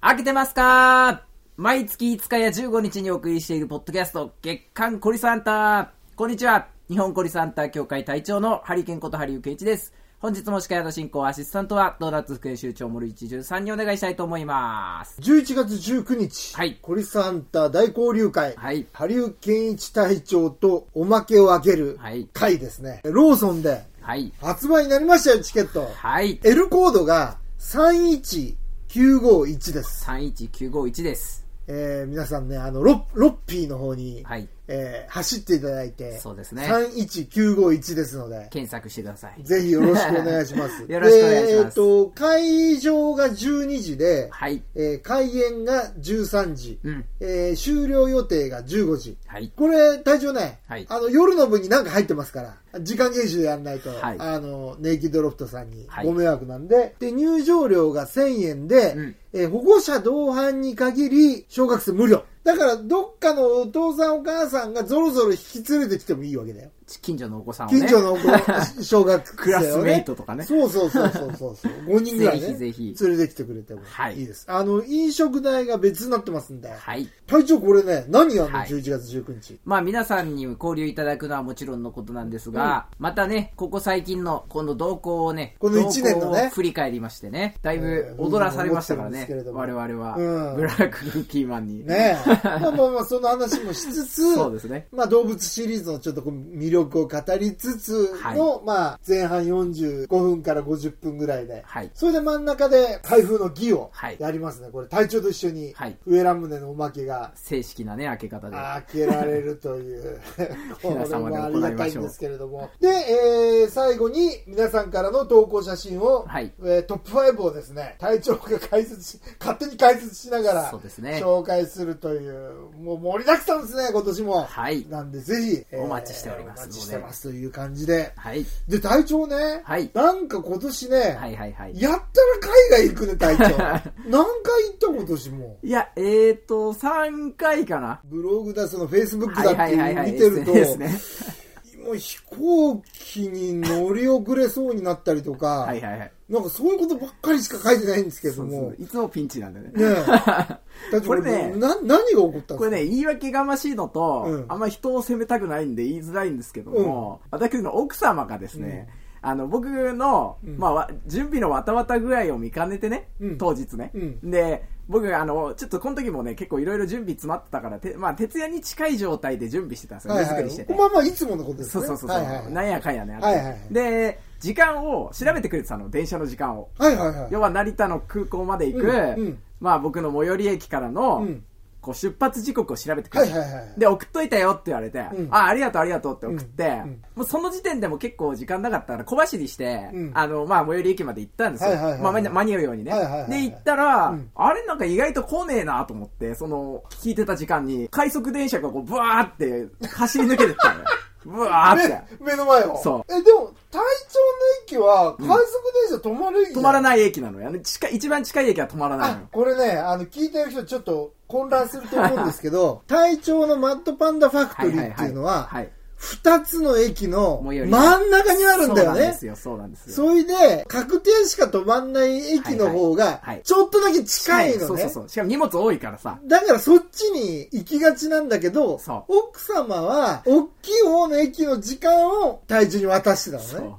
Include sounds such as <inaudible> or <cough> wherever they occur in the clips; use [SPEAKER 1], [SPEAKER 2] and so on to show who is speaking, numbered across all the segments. [SPEAKER 1] 開けてますか毎月5日や15日にお送りしているポッドキャスト、月刊コリサンタこんにちは日本コリサンタ協会隊長のハリケンことハリウケイチです。本日も司会の進行アシスタントは、ドーナツ副編集長森一十三にお願いしたいと思います。
[SPEAKER 2] 11月19日、
[SPEAKER 1] はい
[SPEAKER 2] コリスハンター大交流会、
[SPEAKER 1] はい
[SPEAKER 2] 羽生健一隊長とおまけをあげる
[SPEAKER 1] はい
[SPEAKER 2] 会ですね、ローソンで
[SPEAKER 1] はい。
[SPEAKER 2] 発売になりましたよ、チケット。
[SPEAKER 1] はい。
[SPEAKER 2] L コードが31951です。
[SPEAKER 1] 31951です。
[SPEAKER 2] えー皆さんね、あの、ロロッピーの方に、
[SPEAKER 1] はい。
[SPEAKER 2] えー走っていただいて、
[SPEAKER 1] そうですね
[SPEAKER 2] 31951ですので、
[SPEAKER 1] 検索してください。
[SPEAKER 2] ぜひよろしくお願いします。
[SPEAKER 1] <laughs> よろしくお願いし
[SPEAKER 2] でえ
[SPEAKER 1] ま
[SPEAKER 2] っ
[SPEAKER 1] す。
[SPEAKER 2] と、会場が12時で、
[SPEAKER 1] はい。
[SPEAKER 2] えー開演が13時、
[SPEAKER 1] うん。
[SPEAKER 2] えー終了予定が15時。
[SPEAKER 1] はい。
[SPEAKER 2] これ、隊長ね、
[SPEAKER 1] はい
[SPEAKER 2] あの、夜の部になんか入ってますから、時間厳守でやらないと、
[SPEAKER 1] はい
[SPEAKER 2] あの、ネイキッドロフトさんに
[SPEAKER 1] はい
[SPEAKER 2] ご迷惑なんで、で、入場料が1000円で、
[SPEAKER 1] うん
[SPEAKER 2] えー保護者同伴に限り、小学生無料。だから、どっかのお父さんお母さんがぞろぞろ引き連れてきてもいいわけだよ。
[SPEAKER 1] 近所のお子さんをね。
[SPEAKER 2] 近所の
[SPEAKER 1] <laughs>
[SPEAKER 2] 子小学生を、ね、
[SPEAKER 1] クラスメイトとかね
[SPEAKER 2] そうそうそうそうそうそう。5人ぐらい、ね、
[SPEAKER 1] ぜひぜひ
[SPEAKER 2] 連れてきてくれても
[SPEAKER 1] はい
[SPEAKER 2] いいです。あの、飲食代が別になってますんで。
[SPEAKER 1] はい。
[SPEAKER 2] 隊長これね、何やんの、
[SPEAKER 1] はい
[SPEAKER 2] ?11 月19日。
[SPEAKER 1] まあ皆さんに交流いただくのはもちろんのことなんですが、またね、ここ最近のこの動向をね、
[SPEAKER 2] この一年の
[SPEAKER 1] 動
[SPEAKER 2] ね
[SPEAKER 1] 向を振り返りましてね、だいぶ踊らされましたからね、
[SPEAKER 2] えー
[SPEAKER 1] 我々は、
[SPEAKER 2] うん
[SPEAKER 1] ブラックルーキーマンに。
[SPEAKER 2] ね
[SPEAKER 1] <laughs>
[SPEAKER 2] え。まあまあまあ、その話もしつつ、
[SPEAKER 1] そうですね。
[SPEAKER 2] まあ動物シリーズのちょっとこう魅力を語りつつの、まあ前半45分から50分ぐらいで、
[SPEAKER 1] はい
[SPEAKER 2] それで真ん中で開封の儀を
[SPEAKER 1] はい
[SPEAKER 2] やりますね。これ隊長と一緒に、
[SPEAKER 1] はい
[SPEAKER 2] 上ラムネのおまけが
[SPEAKER 1] 正式なね、開け方で。
[SPEAKER 2] 開けられるという、これ
[SPEAKER 1] <laughs> 皆様で
[SPEAKER 2] はあ
[SPEAKER 1] 行いましょう
[SPEAKER 2] りがたいんですけれども。で、えー最後に皆さんからの投稿写真を、
[SPEAKER 1] はい
[SPEAKER 2] えートップ5をですね、隊長が解説し、勝手に解説しながら、
[SPEAKER 1] そうですね
[SPEAKER 2] 紹介するという、もう盛りだくさんですね、今年も。
[SPEAKER 1] はい。
[SPEAKER 2] なんで、ぜひ、
[SPEAKER 1] お待ちしております
[SPEAKER 2] お待ちしてますという感じで。
[SPEAKER 1] はい。
[SPEAKER 2] で、隊長ね、
[SPEAKER 1] はい
[SPEAKER 2] なんか今年ね、
[SPEAKER 1] はいはいはい。
[SPEAKER 2] やったら海外行く
[SPEAKER 1] <laughs>
[SPEAKER 2] ね、隊長。何回行った今年も。
[SPEAKER 1] いや、えーと、3回かな。
[SPEAKER 2] ブログだ、そのフェイスブック
[SPEAKER 1] は
[SPEAKER 2] だっ
[SPEAKER 1] いは
[SPEAKER 2] て
[SPEAKER 1] い
[SPEAKER 2] い
[SPEAKER 1] はいう
[SPEAKER 2] の
[SPEAKER 1] は
[SPEAKER 2] を
[SPEAKER 1] い。
[SPEAKER 2] 見てると、
[SPEAKER 1] SNS ね。
[SPEAKER 2] もう飛行機に乗り遅れそうになったりとか、
[SPEAKER 1] はいはいはい。
[SPEAKER 2] なんかそういうことばっかりしか書いてないんですけど
[SPEAKER 1] そう
[SPEAKER 2] も
[SPEAKER 1] そ、う。いつもピンチなんだよね。 <laughs>
[SPEAKER 2] ねえ、だって
[SPEAKER 1] これね
[SPEAKER 2] な何が起こったん
[SPEAKER 1] こ
[SPEAKER 2] ですか
[SPEAKER 1] れね、言い訳がましいのと、
[SPEAKER 2] うん
[SPEAKER 1] あんま人を責めたくないんで言いづらいんですけども、私の奥様がですね、あの、僕の、
[SPEAKER 2] ん
[SPEAKER 1] まあわ、準備のわたわた具合を見かねてね、
[SPEAKER 2] うん
[SPEAKER 1] 当日ね。
[SPEAKER 2] う
[SPEAKER 1] で、僕、あの、ちょっとこの時もね、結構いろいろ準備詰まってたから、てまあ、徹夜に近い状態で準備してたんですよ、
[SPEAKER 2] は
[SPEAKER 1] 手
[SPEAKER 2] いは
[SPEAKER 1] 作
[SPEAKER 2] い
[SPEAKER 1] りしてて。
[SPEAKER 2] まあまあいつものことです
[SPEAKER 1] そう
[SPEAKER 2] ね。
[SPEAKER 1] そうそうそう、
[SPEAKER 2] はいはい
[SPEAKER 1] なんやかんやね、あれ
[SPEAKER 2] はいはいはい
[SPEAKER 1] で、時間を調べてくれてたの、電車の時間を。
[SPEAKER 2] はいはいはい。
[SPEAKER 1] 要は成田の空港まで行く、
[SPEAKER 2] うんうん
[SPEAKER 1] まあ僕の最寄り駅からの、
[SPEAKER 2] うん
[SPEAKER 1] こう出発時刻を調べてくれ
[SPEAKER 2] は
[SPEAKER 1] て
[SPEAKER 2] いはいはい。
[SPEAKER 1] で、送っといたよって言われて、
[SPEAKER 2] うん
[SPEAKER 1] あ、ありがとうありがとうって送って、
[SPEAKER 2] うんうん
[SPEAKER 1] もうその時点でも結構時間なかったから小走りして、
[SPEAKER 2] うん
[SPEAKER 1] あの、まあ、最寄り駅まで行ったんですよ。
[SPEAKER 2] はいはいはいはい
[SPEAKER 1] まあ間に、間に合うようにね。
[SPEAKER 2] はいはいはいはい
[SPEAKER 1] で、行ったら、
[SPEAKER 2] うん
[SPEAKER 1] あれなんか意外と来ねえなと思って、その、聞いてた時間に、快速電車がこう、ブワーって走り抜けてった
[SPEAKER 2] <laughs>
[SPEAKER 1] のよ。ブワーって。
[SPEAKER 2] 目目の前を。
[SPEAKER 1] そ
[SPEAKER 2] え、でも、隊長の駅は、快速電車止まる駅じゃ
[SPEAKER 1] 止まら
[SPEAKER 2] い。
[SPEAKER 1] ない駅なのよ。近い一番近い駅は止まらないの
[SPEAKER 2] あ
[SPEAKER 1] よ、。
[SPEAKER 2] これね、あの、聞いてる人ちょっと混乱すると思うんです
[SPEAKER 1] <laughs>
[SPEAKER 2] けど、隊長のマッドパンダファクトリーっていうのは、
[SPEAKER 1] はい。
[SPEAKER 2] 二つの駅の
[SPEAKER 1] 最寄
[SPEAKER 2] 真
[SPEAKER 1] り
[SPEAKER 2] ん中にあるんだ
[SPEAKER 1] そ
[SPEAKER 2] よ
[SPEAKER 1] うなんで
[SPEAKER 2] ね。
[SPEAKER 1] すよ、そうなんですよ。
[SPEAKER 2] それで、確定しか止まんない駅の方
[SPEAKER 1] はい
[SPEAKER 2] が
[SPEAKER 1] はいはい、
[SPEAKER 2] ちょっとだけ近い
[SPEAKER 1] そ
[SPEAKER 2] の
[SPEAKER 1] うそう
[SPEAKER 2] ね。
[SPEAKER 1] そう。しかも荷物多いからさ。
[SPEAKER 2] だからそっちに行きがちなんだけど
[SPEAKER 1] そ、
[SPEAKER 2] 奥様は、大きい方の駅の時間を体重に渡してたのね。
[SPEAKER 1] そう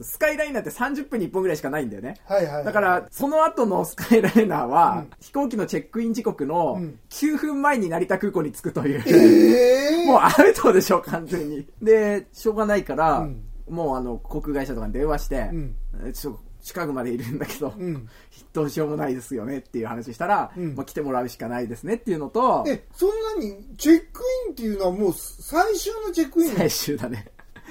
[SPEAKER 1] スカイライナーって30分に1本ぐらいしかないんだよね。
[SPEAKER 2] はいはいはい
[SPEAKER 1] だから、その後のスカイライナーは、飛行機のチェックイン時刻の
[SPEAKER 2] うん
[SPEAKER 1] 9分前に成田空港に着くという。
[SPEAKER 2] ええ
[SPEAKER 1] もうアウトでしょ、完全に。で、しょうがないから、
[SPEAKER 2] うん
[SPEAKER 1] もうあの、航空会社とかに電話して、
[SPEAKER 2] うん
[SPEAKER 1] えちょっと近くまでいるんだけど、
[SPEAKER 2] うん
[SPEAKER 1] どうしようもないですよねっていう話したら、
[SPEAKER 2] うん
[SPEAKER 1] まあ、来てもらうしかないですねっていうのと、
[SPEAKER 2] え、そんなに、チェックインっていうのはもう最終のチェックイン
[SPEAKER 1] <laughs> 最終だね。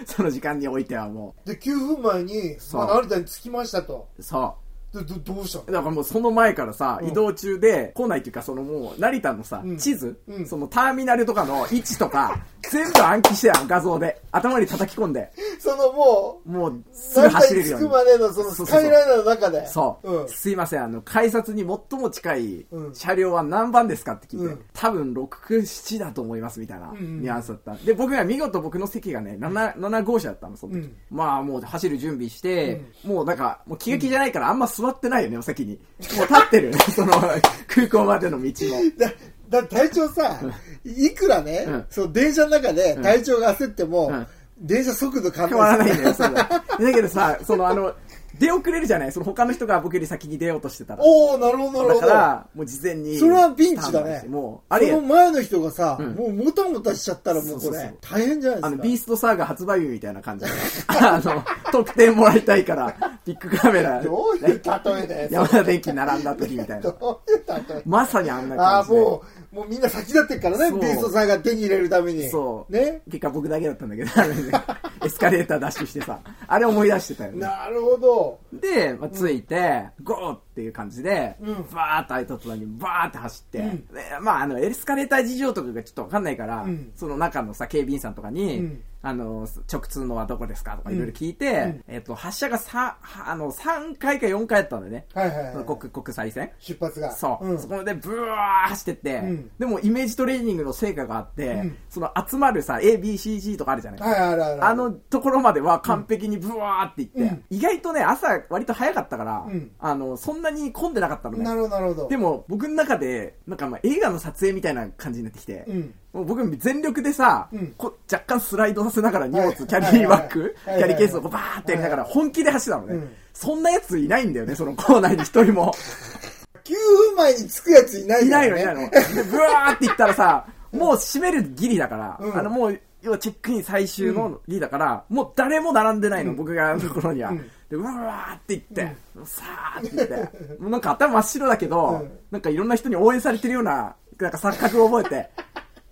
[SPEAKER 1] その時間においてはも
[SPEAKER 2] で、9分前に、
[SPEAKER 1] そう
[SPEAKER 2] まあ、成田に着きましたと。
[SPEAKER 1] う、そう。
[SPEAKER 2] で、どどうしたの
[SPEAKER 1] だからもうその前からさ、移動中で、来ないっていうか、そのもう、成田のさ、
[SPEAKER 2] うん
[SPEAKER 1] 地図、
[SPEAKER 2] うん
[SPEAKER 1] そのターミナルとかの位置とか、全部暗記してたの、画像で。頭に叩き込んで、
[SPEAKER 2] そのもう、
[SPEAKER 1] もう、すぐ
[SPEAKER 2] 成田
[SPEAKER 1] 走
[SPEAKER 2] に
[SPEAKER 1] れる
[SPEAKER 2] 着
[SPEAKER 1] よう
[SPEAKER 2] く
[SPEAKER 1] に。
[SPEAKER 2] までのその
[SPEAKER 1] そうそうそう
[SPEAKER 2] スカイライナーの中で。
[SPEAKER 1] そう、
[SPEAKER 2] うん。
[SPEAKER 1] すいません、あの、改札に最も近い
[SPEAKER 2] うん
[SPEAKER 1] 車両は何番ですかって聞いて、
[SPEAKER 2] うん
[SPEAKER 1] 多分6、7だと思いますみたいな
[SPEAKER 2] うんうん
[SPEAKER 1] ニュアンスだった。で、僕が見事僕の席がね、7、7号車だったの、その時。
[SPEAKER 2] うん
[SPEAKER 1] まあもう走る準備して、もうなんか、もう気が気じゃないからあんま座ってないよね、お席に。もう立って
[SPEAKER 2] <laughs>
[SPEAKER 1] る、その空港までの道も。
[SPEAKER 2] だ、だ、隊長さ、いくらね、
[SPEAKER 1] うん
[SPEAKER 2] そう、電車の中で隊長が焦っても、
[SPEAKER 1] うん
[SPEAKER 2] 電車速度変
[SPEAKER 1] 変わ
[SPEAKER 2] わ
[SPEAKER 1] ら
[SPEAKER 2] らな
[SPEAKER 1] ないい
[SPEAKER 2] で
[SPEAKER 1] ん
[SPEAKER 2] す
[SPEAKER 1] だよ、そうだ。だけどさ、そのあの、出遅れるじゃないその他の人が僕より先に出ようとしてたら。
[SPEAKER 2] おおなるほど、なる
[SPEAKER 1] だ
[SPEAKER 2] ほ
[SPEAKER 1] か
[SPEAKER 2] ど。
[SPEAKER 1] ら、もう事前に。
[SPEAKER 2] それはピンチだね
[SPEAKER 1] もう、あ
[SPEAKER 2] あ
[SPEAKER 1] れ
[SPEAKER 2] れ
[SPEAKER 1] や
[SPEAKER 2] この前の人がさ、
[SPEAKER 1] ん
[SPEAKER 2] もうもたもたしちゃったらもうこれ、
[SPEAKER 1] そうそうそう
[SPEAKER 2] 大変じゃないで
[SPEAKER 1] あ
[SPEAKER 2] す
[SPEAKER 1] の、
[SPEAKER 2] か。
[SPEAKER 1] ビーストサーガ発売日みたいな感じ <laughs> で。あの、特典もらいたいから、ビッグカメラ、
[SPEAKER 2] どういう例えだよ。
[SPEAKER 1] 山田電機並んだ時みたいな。
[SPEAKER 2] どういう例え
[SPEAKER 1] まさにあんな
[SPEAKER 2] あ
[SPEAKER 1] 感
[SPEAKER 2] あ、
[SPEAKER 1] じで。
[SPEAKER 2] もう、もうみんな先立ってるからね、
[SPEAKER 1] そう
[SPEAKER 2] ビーストさんが手に入れるために。
[SPEAKER 1] そう。
[SPEAKER 2] ね。
[SPEAKER 1] 結果僕だけだったんだけど、あのねエスカレーターダッシュしてさ、あれ思い出してたよね。
[SPEAKER 2] なるほど。
[SPEAKER 1] で、まあ、ついて、ゴーっていう感じで、
[SPEAKER 2] うん
[SPEAKER 1] バーっと開いた途端にバーって走って、
[SPEAKER 2] う
[SPEAKER 1] で
[SPEAKER 2] ん
[SPEAKER 1] まあ、あの、エスカレーター事情とかがちょっとわかんないから、
[SPEAKER 2] うん
[SPEAKER 1] その中のさ、警備員さんとかに、
[SPEAKER 2] うん
[SPEAKER 1] あの、直通のはどこですかとかいろいろ聞いて、えっと、発車がさあの、3回か4回だったんだよね。
[SPEAKER 2] はいはい、はい
[SPEAKER 1] その国、国際線。
[SPEAKER 2] 出発が。
[SPEAKER 1] そう、
[SPEAKER 2] ん
[SPEAKER 1] そこでブワー走ってって、
[SPEAKER 2] ん
[SPEAKER 1] でもイメージトレーニングの成果があって、
[SPEAKER 2] ん
[SPEAKER 1] その集まるさ ABCG とかあるじゃない、
[SPEAKER 2] はい、あるある
[SPEAKER 1] あ
[SPEAKER 2] る
[SPEAKER 1] のところまでは完璧にブワーっていって、
[SPEAKER 2] うん
[SPEAKER 1] 意外とね朝割と早かったから、
[SPEAKER 2] うん
[SPEAKER 1] あのそんなに混んでなかったのね
[SPEAKER 2] なるほど、なるほど。
[SPEAKER 1] でも僕の中でなんかまあ映画の撮影みたいな感じになってきて、
[SPEAKER 2] うん
[SPEAKER 1] もう僕全力でさ、
[SPEAKER 2] うん
[SPEAKER 1] こ若干スライドさせながら荷物、
[SPEAKER 2] はい
[SPEAKER 1] キャリーバッグ、
[SPEAKER 2] はいはいはい
[SPEAKER 1] キャリーケースをこうバーってやりながら本気で走ったのね、
[SPEAKER 2] うん
[SPEAKER 1] そんなやついないんだよねその校内に一人も。
[SPEAKER 2] 9分前に着くやついない
[SPEAKER 1] い
[SPEAKER 2] か
[SPEAKER 1] ない
[SPEAKER 2] ら
[SPEAKER 1] の、い
[SPEAKER 2] ね
[SPEAKER 1] ないの。で <laughs> ブワーって言ったらさ、もう閉めるギリだから、
[SPEAKER 2] うん
[SPEAKER 1] あの、もう、要はチェックイン最終のリだから、もう誰も並んでないの、僕がのところには。で、うわーって言って、さーって言って、もうなんか頭真っ白だけど、
[SPEAKER 2] うん
[SPEAKER 1] なんかいろんな人に応援されてるような、なんか錯覚を覚えて、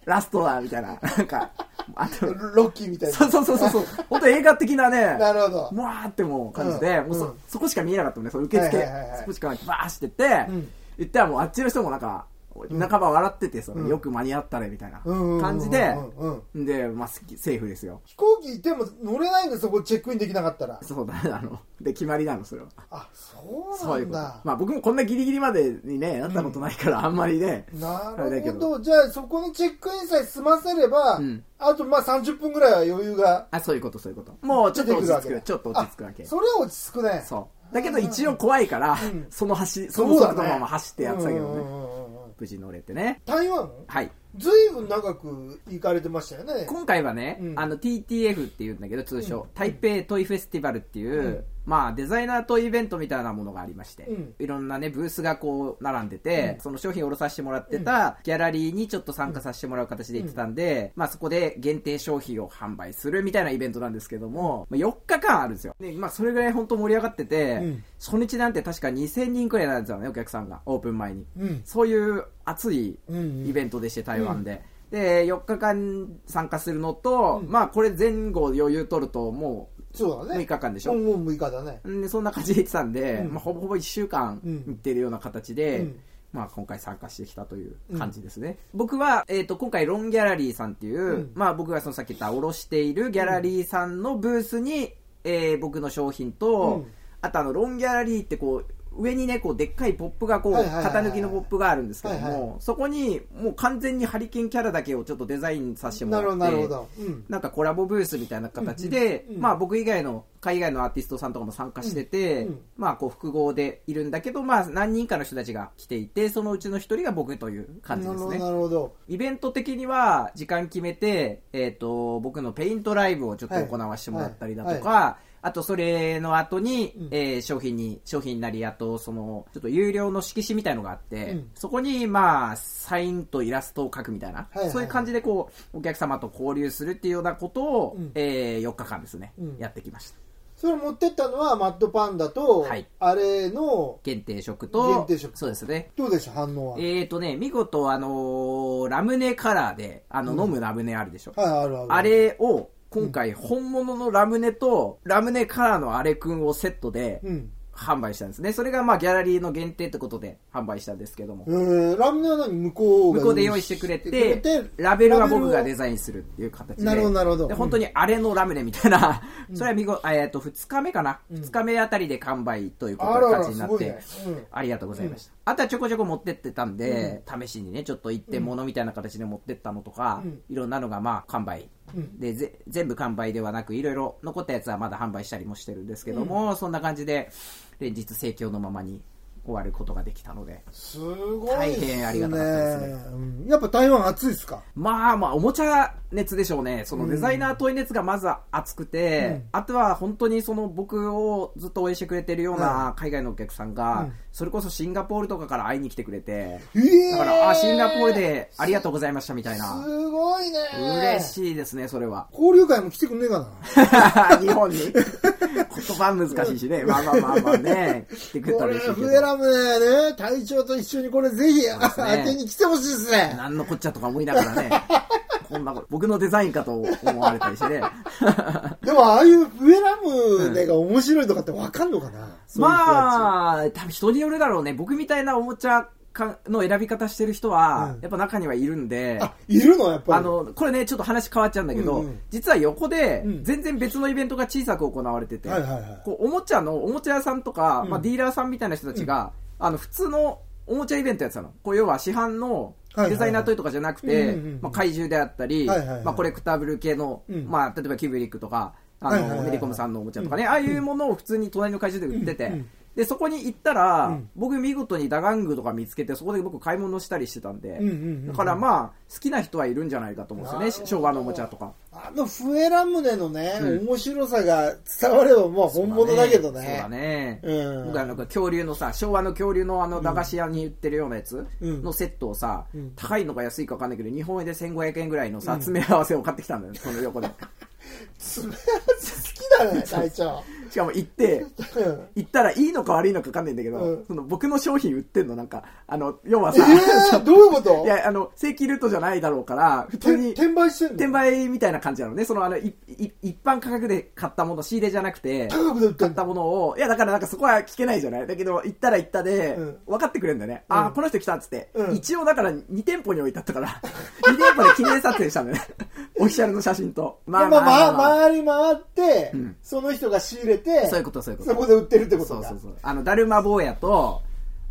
[SPEAKER 1] ラストだ、みたいな。なんか、あと、
[SPEAKER 2] <laughs>
[SPEAKER 1] <laughs>
[SPEAKER 2] ロッキーみたいな。
[SPEAKER 1] そうそうそうそうそう、本当映画的なね、
[SPEAKER 2] なるほど。
[SPEAKER 1] もわーってもう感じで、
[SPEAKER 2] うん
[SPEAKER 1] もうそ,、
[SPEAKER 2] うん
[SPEAKER 1] そこしか見えなかったもんね、その受付、
[SPEAKER 2] はいはいはいはい
[SPEAKER 1] そこしかバーしてって、
[SPEAKER 2] うん
[SPEAKER 1] 言ったらもうあっちの人もなんか、半ば笑ってて、そのよく間に合ったねみたいな
[SPEAKER 2] うんうんうんうん
[SPEAKER 1] 感じで、
[SPEAKER 2] うんうん
[SPEAKER 1] で、まあ、すきセーフですよ。
[SPEAKER 2] 飛行機いても乗れないんだ、そこチェックインできなかったら。
[SPEAKER 1] そうだね、あの、で、決まりなの、それは。
[SPEAKER 2] あ、そう
[SPEAKER 1] そう
[SPEAKER 2] ない
[SPEAKER 1] うんこと
[SPEAKER 2] だ。。
[SPEAKER 1] まあ、僕もこんなギリギリまでにね、なったことないから、あんまりね。
[SPEAKER 2] な
[SPEAKER 1] あれ
[SPEAKER 2] る
[SPEAKER 1] だけ
[SPEAKER 2] ほど。じゃあ、そこのチェックインさえ済ませれば、
[SPEAKER 1] うん
[SPEAKER 2] あとまあ30分ぐらいは余裕が
[SPEAKER 1] あ、そういうこと、そういうこと。もう、ちょ
[SPEAKER 2] 出
[SPEAKER 1] ってと
[SPEAKER 2] く
[SPEAKER 1] 落
[SPEAKER 2] るわ
[SPEAKER 1] ち
[SPEAKER 2] け
[SPEAKER 1] 着く、
[SPEAKER 2] だ。
[SPEAKER 1] ちょっと落ち着くわけ
[SPEAKER 2] あ。それは落ち着くね。
[SPEAKER 1] そう。だけど、一応怖いから、
[SPEAKER 2] ん
[SPEAKER 1] その走、その
[SPEAKER 2] そうだね
[SPEAKER 1] 速度のまま走ってやってたけど
[SPEAKER 2] うんう
[SPEAKER 1] ね。
[SPEAKER 2] んうんうんうん
[SPEAKER 1] 無事乗れてね。
[SPEAKER 2] 台湾
[SPEAKER 1] はい。
[SPEAKER 2] ずいぶん長く行かれてましたよね。
[SPEAKER 1] 今回はね、
[SPEAKER 2] うん
[SPEAKER 1] あの TTF っていうんだけど通称、台北トイフェスティバルっていう、まあ、デザイナートイイベントみたいなものがありまして、
[SPEAKER 2] うん
[SPEAKER 1] いろんなねブースがこう並んでて、その商品を卸させてもらってたギャラリーにちょっと参加させてもらう形で行ってたんで、まあ、そこで限定商品を販売するみたいなイベントなんですけども、まあ、4日間あるんですよ、でまあ、それぐらい本当盛り上がってて、
[SPEAKER 2] うん
[SPEAKER 1] 初日なんて確か2000人くらいなんですよねお客さんがオープン前に。
[SPEAKER 2] うん。
[SPEAKER 1] そういう熱い
[SPEAKER 2] うんうん
[SPEAKER 1] イベントでして、台湾で。で、4日間参加するのと、まあ、これ前後余裕取ると、も
[SPEAKER 2] そう
[SPEAKER 1] う
[SPEAKER 2] だ
[SPEAKER 1] 6
[SPEAKER 2] ね。
[SPEAKER 1] 日間でし
[SPEAKER 2] も
[SPEAKER 1] ょ
[SPEAKER 2] う。もう6日だね。
[SPEAKER 1] んでそんな感じで行ってたんで、
[SPEAKER 2] うん
[SPEAKER 1] まあ、ほぼほぼ1週間
[SPEAKER 2] うん
[SPEAKER 1] 行ってるような形で、
[SPEAKER 2] うん
[SPEAKER 1] まあ、今回参加してきたという感じですね。僕は、えっ、と、今回、ロンギャラリーさんっていう、
[SPEAKER 2] うん
[SPEAKER 1] まあ、僕がそのさっき言った、おろしているギャラリーさんのブースに、えー僕の商品と、
[SPEAKER 2] うん
[SPEAKER 1] あと、あの、ロンギャラリーってこう、上にね、こう、でっかいポップがこう、
[SPEAKER 2] はいはいはいはい
[SPEAKER 1] 型抜きのポップがあるんですけども、
[SPEAKER 2] はいは
[SPEAKER 1] そこに、もう完全にハリケーンキャラだけをちょっとデザインさせてもら
[SPEAKER 2] な
[SPEAKER 1] って
[SPEAKER 2] る、ほど、なるほど。うん。
[SPEAKER 1] なんかコラボブースみたいな形で、
[SPEAKER 2] うんうんうん
[SPEAKER 1] まあ僕以外の海外のアーティストさんとかも参加してて、
[SPEAKER 2] うんうん
[SPEAKER 1] まあこう複合でいるんだけど、まあ何人かの人たちが来ていて、そのうちの一人が僕という感じ
[SPEAKER 2] な
[SPEAKER 1] で
[SPEAKER 2] る
[SPEAKER 1] す
[SPEAKER 2] ほど、
[SPEAKER 1] ね。
[SPEAKER 2] なるほど。
[SPEAKER 1] イベント的には時間決めて、えっ、と、僕のペイントライブをちょっと行わせてもらったりだとか、あとそれの後に、
[SPEAKER 2] うん
[SPEAKER 1] えー商品に、商品なり、あとその、ちょっと有料の色紙みたいのがあって、
[SPEAKER 2] うん
[SPEAKER 1] そこにまあ、サインとイラストを書くみたいな、
[SPEAKER 2] いはい
[SPEAKER 1] そういう感じでこう、お客様と交流するっていうようなことを、
[SPEAKER 2] うん
[SPEAKER 1] え4日間ですね、
[SPEAKER 2] うん
[SPEAKER 1] やってきました。
[SPEAKER 2] それを持ってったのはマッドパンダと、
[SPEAKER 1] はい
[SPEAKER 2] あれの、
[SPEAKER 1] 限定食と、
[SPEAKER 2] 限定食
[SPEAKER 1] そうですね。
[SPEAKER 2] どうでした反応は。
[SPEAKER 1] えっ、とね、見事あのーラムネカラーで、あの、飲むラムネあるでしょ。
[SPEAKER 2] はい、あるある。
[SPEAKER 1] あれを、今回本物のラムネと、ラムネカラーのあれくんをセットで
[SPEAKER 2] うん。
[SPEAKER 1] 販売したんですね。それがまあギャラリーの限定ってことで販売したんですけども
[SPEAKER 2] え。ー、ラムネは何向こうが
[SPEAKER 1] 向こうで用意してくれて
[SPEAKER 2] してくれ、て
[SPEAKER 1] ラベルは僕が
[SPEAKER 2] ラ
[SPEAKER 1] デ
[SPEAKER 2] ベルを
[SPEAKER 1] ザインするっていう形で。
[SPEAKER 2] なるほどなるほど
[SPEAKER 1] で、本当にあれのラムネみたいな、それは見ご、えっと、2日目かな ?2 日目あたりで完売ということ
[SPEAKER 2] あらあら
[SPEAKER 1] 形になっ
[SPEAKER 2] すごい
[SPEAKER 1] て
[SPEAKER 2] ねうん、
[SPEAKER 1] ありがとうございました。あとはちょこちょこ持ってってたんで、試しにね、ちょっと一点物みたいな形で持ってったのとか、
[SPEAKER 2] うん
[SPEAKER 1] いろんなのがまあ、完売。
[SPEAKER 2] うん
[SPEAKER 1] でぜ全部完売ではなくいろいろ残ったやつはまだ販売したりもしてるんですけども、そんな感じで連日盛況のままに終わることができたのです
[SPEAKER 2] ごい
[SPEAKER 1] 大
[SPEAKER 2] っすね
[SPEAKER 1] 変ありがたかったです
[SPEAKER 2] うんやっぱ台湾暑いですか
[SPEAKER 1] まあまあおもちゃ熱でしょうねそのデザイナー問い熱がまず熱くて、
[SPEAKER 2] うん
[SPEAKER 1] あとは本当にその僕をずっと応援してくれてるような海外のお客さんが、
[SPEAKER 2] うん
[SPEAKER 1] それこそシンガポールとかから会いに来てくれて
[SPEAKER 2] ええ
[SPEAKER 1] だから、あシンガポールでありがとうございましたみたいな
[SPEAKER 2] すごいね
[SPEAKER 1] 嬉
[SPEAKER 2] い
[SPEAKER 1] しいですねそれ
[SPEAKER 2] <laughs>
[SPEAKER 1] は
[SPEAKER 2] 交流会も来てくんねえかな
[SPEAKER 1] 日本に言葉難しいしねまあまあまあまあね来てくれた
[SPEAKER 2] こ
[SPEAKER 1] ら
[SPEAKER 2] れ、
[SPEAKER 1] 嬉しいけ
[SPEAKER 2] フ
[SPEAKER 1] ど
[SPEAKER 2] エラムね、隊長と一緒にこれぜひ、
[SPEAKER 1] すね
[SPEAKER 2] 当てに来てほしいですね。
[SPEAKER 1] なんのこっちゃとか思いながらね、こんなこと、僕のデザインかと思われたりしてね。
[SPEAKER 2] でも、ああいうフエラムねが面白いとかってわかんのかなそういう人たち
[SPEAKER 1] まあ、多分人によるだろうね。僕みたいなおもちゃかの選び方してる人は、
[SPEAKER 2] うん
[SPEAKER 1] やっぱ中にはいるんで、
[SPEAKER 2] あ、いるのやっぱり。
[SPEAKER 1] あの、これね、ちょっと話変わっちゃうんだけど、
[SPEAKER 2] うんうん
[SPEAKER 1] 実は横で
[SPEAKER 2] う、ん
[SPEAKER 1] 全然別のイベントが小さく行われてて、
[SPEAKER 2] はいはいはい。
[SPEAKER 1] こうおもちゃの、おもちゃ屋さんとか、
[SPEAKER 2] うん
[SPEAKER 1] まあ、ディーラーさんみたいな人たちが、あの、普通のおもちゃイベントやってたの。こう要は市販の
[SPEAKER 2] はいはいはい
[SPEAKER 1] デザイナートイとかじゃなく
[SPEAKER 2] う
[SPEAKER 1] て
[SPEAKER 2] んうんうん、
[SPEAKER 1] まあ、怪獣であったり、
[SPEAKER 2] はいはいはい
[SPEAKER 1] まあ、コレクタブル系の、
[SPEAKER 2] うん
[SPEAKER 1] まあ、例えばキューブリックとか、あ
[SPEAKER 2] はいはいはい
[SPEAKER 1] の、
[SPEAKER 2] はい
[SPEAKER 1] メディコムさんのおもちゃとかね、ああいうものを普通に隣の怪獣で売って
[SPEAKER 2] うんう
[SPEAKER 1] て
[SPEAKER 2] ん、
[SPEAKER 1] で、そこに行ったら、
[SPEAKER 2] うん
[SPEAKER 1] 僕見事にダガングとか見つけて、そこで僕買い物したりしてたんで、
[SPEAKER 2] うんうんうん
[SPEAKER 1] だからまあ、好きな人はいるんじゃないかと思うんですよ
[SPEAKER 2] なるほ
[SPEAKER 1] ね、
[SPEAKER 2] ど
[SPEAKER 1] 昭和のおもちゃとか。
[SPEAKER 2] あの、フエラムネのね、
[SPEAKER 1] うん
[SPEAKER 2] 面白さが伝われば、まあ本物だけどね。
[SPEAKER 1] そうだね。
[SPEAKER 2] うん。
[SPEAKER 1] 僕あの恐竜のさ昭和の恐竜のあの駄菓子屋に売ってるようなやつ
[SPEAKER 2] うん
[SPEAKER 1] のセットをさ、
[SPEAKER 2] うん
[SPEAKER 1] 高いのか安いか分かんないけど日本円で1500円ぐらいのさ詰め合わせを買ってきたんだよその横
[SPEAKER 2] <laughs>
[SPEAKER 1] で
[SPEAKER 2] 詰め合わせ好き
[SPEAKER 1] <laughs>
[SPEAKER 2] だね、隊長。
[SPEAKER 1] しかも行って
[SPEAKER 2] うん
[SPEAKER 1] 行ったらいいのか悪いのか分かんないんだけど、
[SPEAKER 2] うん
[SPEAKER 1] その僕の商品売ってんのなんかあの要はさ、
[SPEAKER 2] えー、どういうこと
[SPEAKER 1] いやあの正規ルートじゃないだろうから普
[SPEAKER 2] て
[SPEAKER 1] 通に
[SPEAKER 2] 転売してんの
[SPEAKER 1] 転売みたいな感じなのねそのあのいい一般価格で買ったもの仕入れじゃなくて
[SPEAKER 2] 高くで売って
[SPEAKER 1] 買
[SPEAKER 2] ん
[SPEAKER 1] っ
[SPEAKER 2] の
[SPEAKER 1] たものを、いや、だからなんかそこは聞けないじゃないだけど、行ったら行ったで、
[SPEAKER 2] うん
[SPEAKER 1] 分かってくれるんだよね。
[SPEAKER 2] ん
[SPEAKER 1] ああ、この人来たっつって、
[SPEAKER 2] うん
[SPEAKER 1] 一応だから2店舗に置いてあったから、2店舗 <laughs> で記念撮影したんだよね。 <laughs> オフィシャルの写真と。ま
[SPEAKER 2] でまあまあ、回り回って、
[SPEAKER 1] うん
[SPEAKER 2] その人が仕入れて、
[SPEAKER 1] そういうこと、そういうこと。
[SPEAKER 2] そこで売ってるってこ
[SPEAKER 1] そ
[SPEAKER 2] と
[SPEAKER 1] う
[SPEAKER 2] か。
[SPEAKER 1] そうそう。あの、だるま坊やと、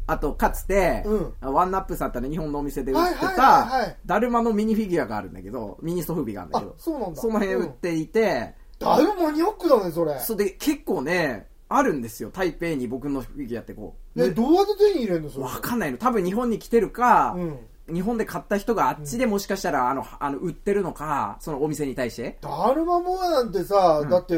[SPEAKER 1] あと、かつて、
[SPEAKER 2] う
[SPEAKER 1] ワンナップさんってね、日本のお店で売って
[SPEAKER 2] はいはいはいは
[SPEAKER 1] た
[SPEAKER 2] い、
[SPEAKER 1] だるまのミニフィギュアがあるんだけど、ミニストフービーがあるんだけど
[SPEAKER 2] あ、そうなんだ
[SPEAKER 1] その辺売っていて、
[SPEAKER 2] だいぶマニアックだね、それ。
[SPEAKER 1] それで結構ね、あるんですよ。台北に僕のフィギュアってこう。
[SPEAKER 2] ね、どうやって手に入れるのそれ。
[SPEAKER 1] わかんないの多分日本に来てるか、
[SPEAKER 2] うん
[SPEAKER 1] 日本で買った人があっちでもしかしたらあのあの売ってるのかそのお店に対して
[SPEAKER 2] ダルマモアなんてさ、だって、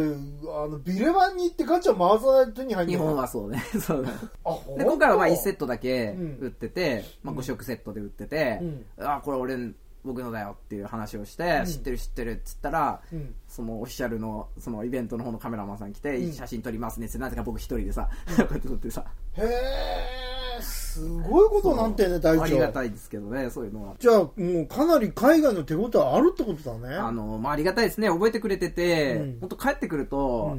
[SPEAKER 2] あの、ビレバンに行ってガチャ回さないと手に入んない
[SPEAKER 1] 日本。はそうね <laughs> そうね
[SPEAKER 2] あ、ほん
[SPEAKER 1] で
[SPEAKER 2] と
[SPEAKER 1] 今回はまあ1セットだけ
[SPEAKER 2] うん
[SPEAKER 1] 売ってて、まあ、5色セットで売ってて、
[SPEAKER 2] うん
[SPEAKER 1] あこれ俺ん僕のだよっていう話をして、
[SPEAKER 2] うん
[SPEAKER 1] 知ってる知ってるっつったら、
[SPEAKER 2] うん
[SPEAKER 1] そのオフィシャルのそのイベントの方のカメラマンさん来て、
[SPEAKER 2] うん
[SPEAKER 1] 写真撮りますねってなぜか僕一人でさ、 <laughs> こうやって撮ってさ
[SPEAKER 2] へえ、すごいことなんてね、大
[SPEAKER 1] ありが
[SPEAKER 2] 長。
[SPEAKER 1] たいですけどねそういうのは
[SPEAKER 2] じゃあ、もうかなり海外の手応えあるってことだね。
[SPEAKER 1] あの、まあ、ありがたいですね。覚えてくれてて、
[SPEAKER 2] うん
[SPEAKER 1] 本当帰ってくると、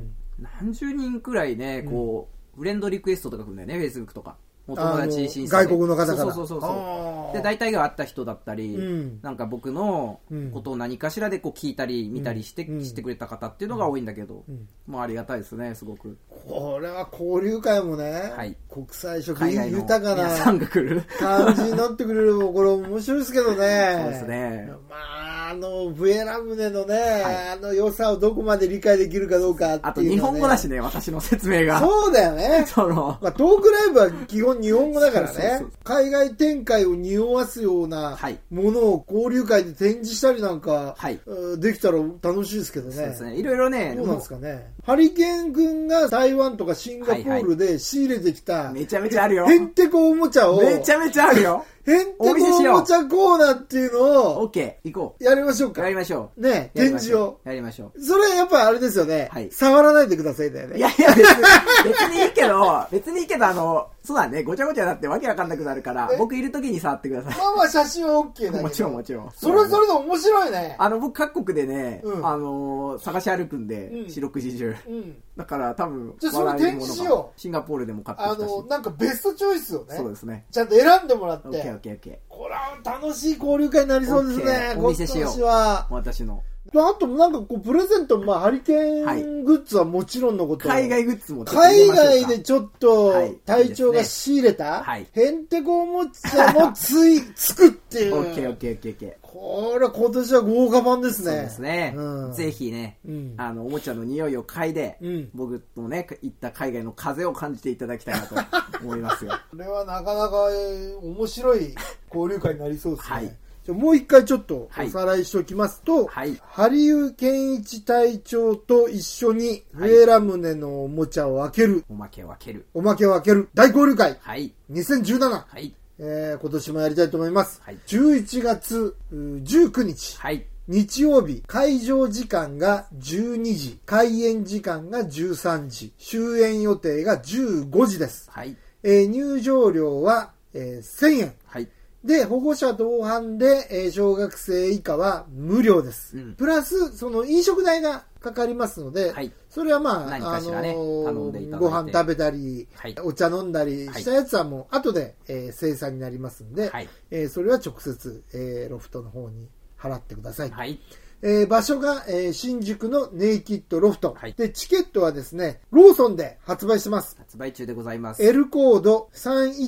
[SPEAKER 1] 何十人くらいね、こう、フレンドリクエストとか来るんだよね、Facebook とか。お友
[SPEAKER 2] あ
[SPEAKER 1] 達
[SPEAKER 2] の
[SPEAKER 1] 申請で
[SPEAKER 2] 外国の方から。
[SPEAKER 1] そうそうそうそう。で、大体があった人だったり、
[SPEAKER 2] うん
[SPEAKER 1] なんか僕の
[SPEAKER 2] うん
[SPEAKER 1] ことを何かしらでこう聞いたり、見たりして、
[SPEAKER 2] うん
[SPEAKER 1] 知ってくれた方っていうのが多いんだけど、
[SPEAKER 2] うん
[SPEAKER 1] まあ、ありがたいですね、すごく。
[SPEAKER 2] これは交流会もね、
[SPEAKER 1] い
[SPEAKER 2] 国際色
[SPEAKER 1] 海外の
[SPEAKER 2] 豊か
[SPEAKER 1] 皆さん
[SPEAKER 2] な
[SPEAKER 1] が来る。
[SPEAKER 2] 感じになってくれるこれ面白いですけどね。そう
[SPEAKER 1] そうです
[SPEAKER 2] <laughs>
[SPEAKER 1] ね。
[SPEAKER 2] まあ、あの、ブエラムネのね、あの良さをどこまで理解できるかどうかっていう、ね。
[SPEAKER 1] あと、日本語だし
[SPEAKER 2] ね。
[SPEAKER 1] ね、私の説明が。
[SPEAKER 2] そうだよね。
[SPEAKER 1] <laughs> その、
[SPEAKER 2] まあ、トークライブは基本日本語だからね。
[SPEAKER 1] そうそうそう
[SPEAKER 2] 海外展開を匂わすような
[SPEAKER 1] はい
[SPEAKER 2] ものを交流会で展示したりなんか、
[SPEAKER 1] はい
[SPEAKER 2] うんできたら楽しいですけどね。
[SPEAKER 1] そうですね。いろいろね、
[SPEAKER 2] どうなんですかね。ハリケーン君が台湾とかシンガポールで仕入れてきた、
[SPEAKER 1] めちゃめちゃあるよ。
[SPEAKER 2] へんてこおもちゃを、
[SPEAKER 1] めちゃめちゃあるよ。
[SPEAKER 2] へんてこお
[SPEAKER 1] お見せしよう
[SPEAKER 2] もちゃコーナーっていうの
[SPEAKER 1] オッ
[SPEAKER 2] を
[SPEAKER 1] ケー、行こ
[SPEAKER 2] やりましょう
[SPEAKER 1] う。
[SPEAKER 2] か
[SPEAKER 1] や。りましょう。
[SPEAKER 2] ね、
[SPEAKER 1] やり
[SPEAKER 2] 展
[SPEAKER 1] まし
[SPEAKER 2] 示
[SPEAKER 1] ょ
[SPEAKER 2] を。
[SPEAKER 1] う。やりましょ
[SPEAKER 2] それやっぱあれですよね。
[SPEAKER 1] はい
[SPEAKER 2] 触らないでくださいだよ
[SPEAKER 1] う。
[SPEAKER 2] ね。
[SPEAKER 1] いやいや、別に、別にいいけど、別にいいけど、あの、そうだね、ごちゃごちゃだってわけわかんなくなるから、僕いるときに触ってくださ
[SPEAKER 2] まあまあ写真は OK だけ
[SPEAKER 1] い。
[SPEAKER 2] ど。
[SPEAKER 1] もちろんもちろん。
[SPEAKER 2] それ
[SPEAKER 1] れ
[SPEAKER 2] ぞれで面白いね。
[SPEAKER 1] あの、僕各国でね、
[SPEAKER 2] うん
[SPEAKER 1] あのー、探し歩くんで
[SPEAKER 2] う、ん
[SPEAKER 1] 四六時中。
[SPEAKER 2] うん。
[SPEAKER 1] だから多分、
[SPEAKER 2] じゃあそれ
[SPEAKER 1] 笑えるもの
[SPEAKER 2] 展
[SPEAKER 1] が
[SPEAKER 2] 示しよ
[SPEAKER 1] シンガポールでも買って
[SPEAKER 2] あ
[SPEAKER 1] きたし。
[SPEAKER 2] の、なんかベストチョイスをね
[SPEAKER 1] そう。ですね。
[SPEAKER 2] ちゃんと選んでもらっ
[SPEAKER 1] オッケーオ
[SPEAKER 2] て
[SPEAKER 1] ッ。ケーオッケー。
[SPEAKER 2] これは楽しい交流会になりそうですね。
[SPEAKER 1] オッケーお見せしよう
[SPEAKER 2] 今年は。
[SPEAKER 1] 私の。
[SPEAKER 2] とまあ、あと、なんかこう、プレゼント、まあ、ハリケ
[SPEAKER 1] はい
[SPEAKER 2] ーングッズはもちろんのこと。
[SPEAKER 1] 海外グッズもちょっと
[SPEAKER 2] 海
[SPEAKER 1] 入れましょうか
[SPEAKER 2] 外でちょっと
[SPEAKER 1] はい
[SPEAKER 2] 体調
[SPEAKER 1] いい
[SPEAKER 2] が
[SPEAKER 1] です
[SPEAKER 2] 仕入れた、
[SPEAKER 1] はい
[SPEAKER 2] へんてこおもちゃもつい、つくってい
[SPEAKER 1] オッケーオッ
[SPEAKER 2] う。
[SPEAKER 1] ケーオッケーオッケー。
[SPEAKER 2] これ今年は豪華版ですね。
[SPEAKER 1] そうですね。
[SPEAKER 2] うん
[SPEAKER 1] ぜひね、
[SPEAKER 2] うん
[SPEAKER 1] あの、おもちゃの匂いを嗅いで、
[SPEAKER 2] うん
[SPEAKER 1] 僕のね、行った海外の風を感じていただきたいな
[SPEAKER 2] <laughs>
[SPEAKER 1] と思いますよ。
[SPEAKER 2] これはなかなか、えー面
[SPEAKER 1] <laughs>
[SPEAKER 2] 白い交流会になりそうですね。
[SPEAKER 1] はい
[SPEAKER 2] じゃあもう一回ちょっと
[SPEAKER 1] はい
[SPEAKER 2] おさらいしておきますと、
[SPEAKER 1] はい
[SPEAKER 2] 羽生健一隊長と一緒に上ラムネのおもちゃを開ける、
[SPEAKER 1] おまけを開ける。
[SPEAKER 2] おまけを開ける大交流会
[SPEAKER 1] はい。
[SPEAKER 2] 2017、
[SPEAKER 1] はい。
[SPEAKER 2] えー今年もやりたいと思います。
[SPEAKER 1] はい
[SPEAKER 2] 11月うー19日、
[SPEAKER 1] はい。
[SPEAKER 2] 日曜日、会場時間が12時、開演時間が13時、終演予定が15時です。
[SPEAKER 1] はい。
[SPEAKER 2] えー入場料は、えー1000円。
[SPEAKER 1] はい。
[SPEAKER 2] で、保護者同伴で、えー小学生以下は無料です。
[SPEAKER 1] うん
[SPEAKER 2] プラス、その飲食代がかかりますので、
[SPEAKER 1] はい
[SPEAKER 2] それはまあ、
[SPEAKER 1] 何かしらね
[SPEAKER 2] ー
[SPEAKER 1] 頼んでいただいて
[SPEAKER 2] ご飯食べたり、
[SPEAKER 1] はい
[SPEAKER 2] お茶飲んだり
[SPEAKER 1] はい
[SPEAKER 2] したやつはもう後で、えー精査になりますんで、
[SPEAKER 1] はい
[SPEAKER 2] えーそれは直接、えーロフトの方に払ってください。
[SPEAKER 1] はい。
[SPEAKER 2] えー場所が、えー新宿のネイキッドロフト、
[SPEAKER 1] はい
[SPEAKER 2] で、チケットはですね、ローソンで発売してます。
[SPEAKER 1] 発売中でございます。
[SPEAKER 2] L コード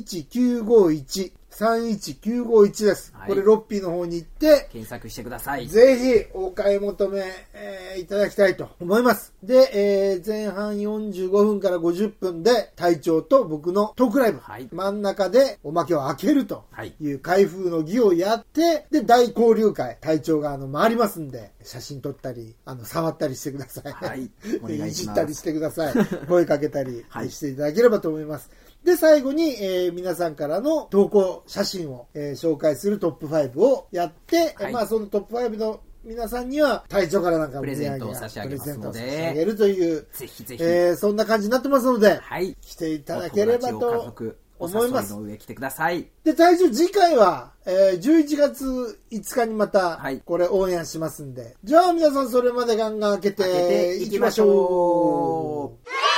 [SPEAKER 2] 31951、31951です。
[SPEAKER 1] はい
[SPEAKER 2] これ、ロッピーの方に行って、
[SPEAKER 1] 検索してください。
[SPEAKER 2] ぜひお買い求め、えーいただきたいと思います。で、えー前半45分から50分で、隊長と僕のトークライブ、
[SPEAKER 1] はい
[SPEAKER 2] 真ん中でおまけを開けると
[SPEAKER 1] はい
[SPEAKER 2] いう開封の儀をやって、で、大交流会、隊長があの回りますんで、写真撮ったり、あの触ったりしてください。 <laughs>
[SPEAKER 1] はいお願いしま
[SPEAKER 2] い、
[SPEAKER 1] す
[SPEAKER 2] じったりしてください。声かけたり
[SPEAKER 1] <laughs> はい
[SPEAKER 2] していただければと思います。で、最後に、えー皆さんからの投稿写真を、えー紹介するトップ5をやって、
[SPEAKER 1] はい
[SPEAKER 2] まあ、そのトップ5の皆さんには、隊長からなんかお土
[SPEAKER 1] プレ
[SPEAKER 2] 産
[SPEAKER 1] ゼントを差し上げますので
[SPEAKER 2] プレゼントを差し上げるという、
[SPEAKER 1] ぜひぜひ。
[SPEAKER 2] えーそんな感じになってますので、
[SPEAKER 1] はい。
[SPEAKER 2] 来ていただければ
[SPEAKER 1] お友達を家
[SPEAKER 2] と
[SPEAKER 1] 族、お
[SPEAKER 2] 思い
[SPEAKER 1] 誘
[SPEAKER 2] ま
[SPEAKER 1] い
[SPEAKER 2] す
[SPEAKER 1] の。上来てください。
[SPEAKER 2] で、体重次回は、えー11月5日にまた
[SPEAKER 1] はい、
[SPEAKER 2] これオンエアしますんで。じゃあ皆さんそれまでガンガン開け
[SPEAKER 1] 開けて
[SPEAKER 2] て
[SPEAKER 1] い
[SPEAKER 2] い
[SPEAKER 1] き
[SPEAKER 2] き
[SPEAKER 1] ま
[SPEAKER 2] ま
[SPEAKER 1] し
[SPEAKER 2] し
[SPEAKER 1] ょ
[SPEAKER 2] ょ
[SPEAKER 1] う。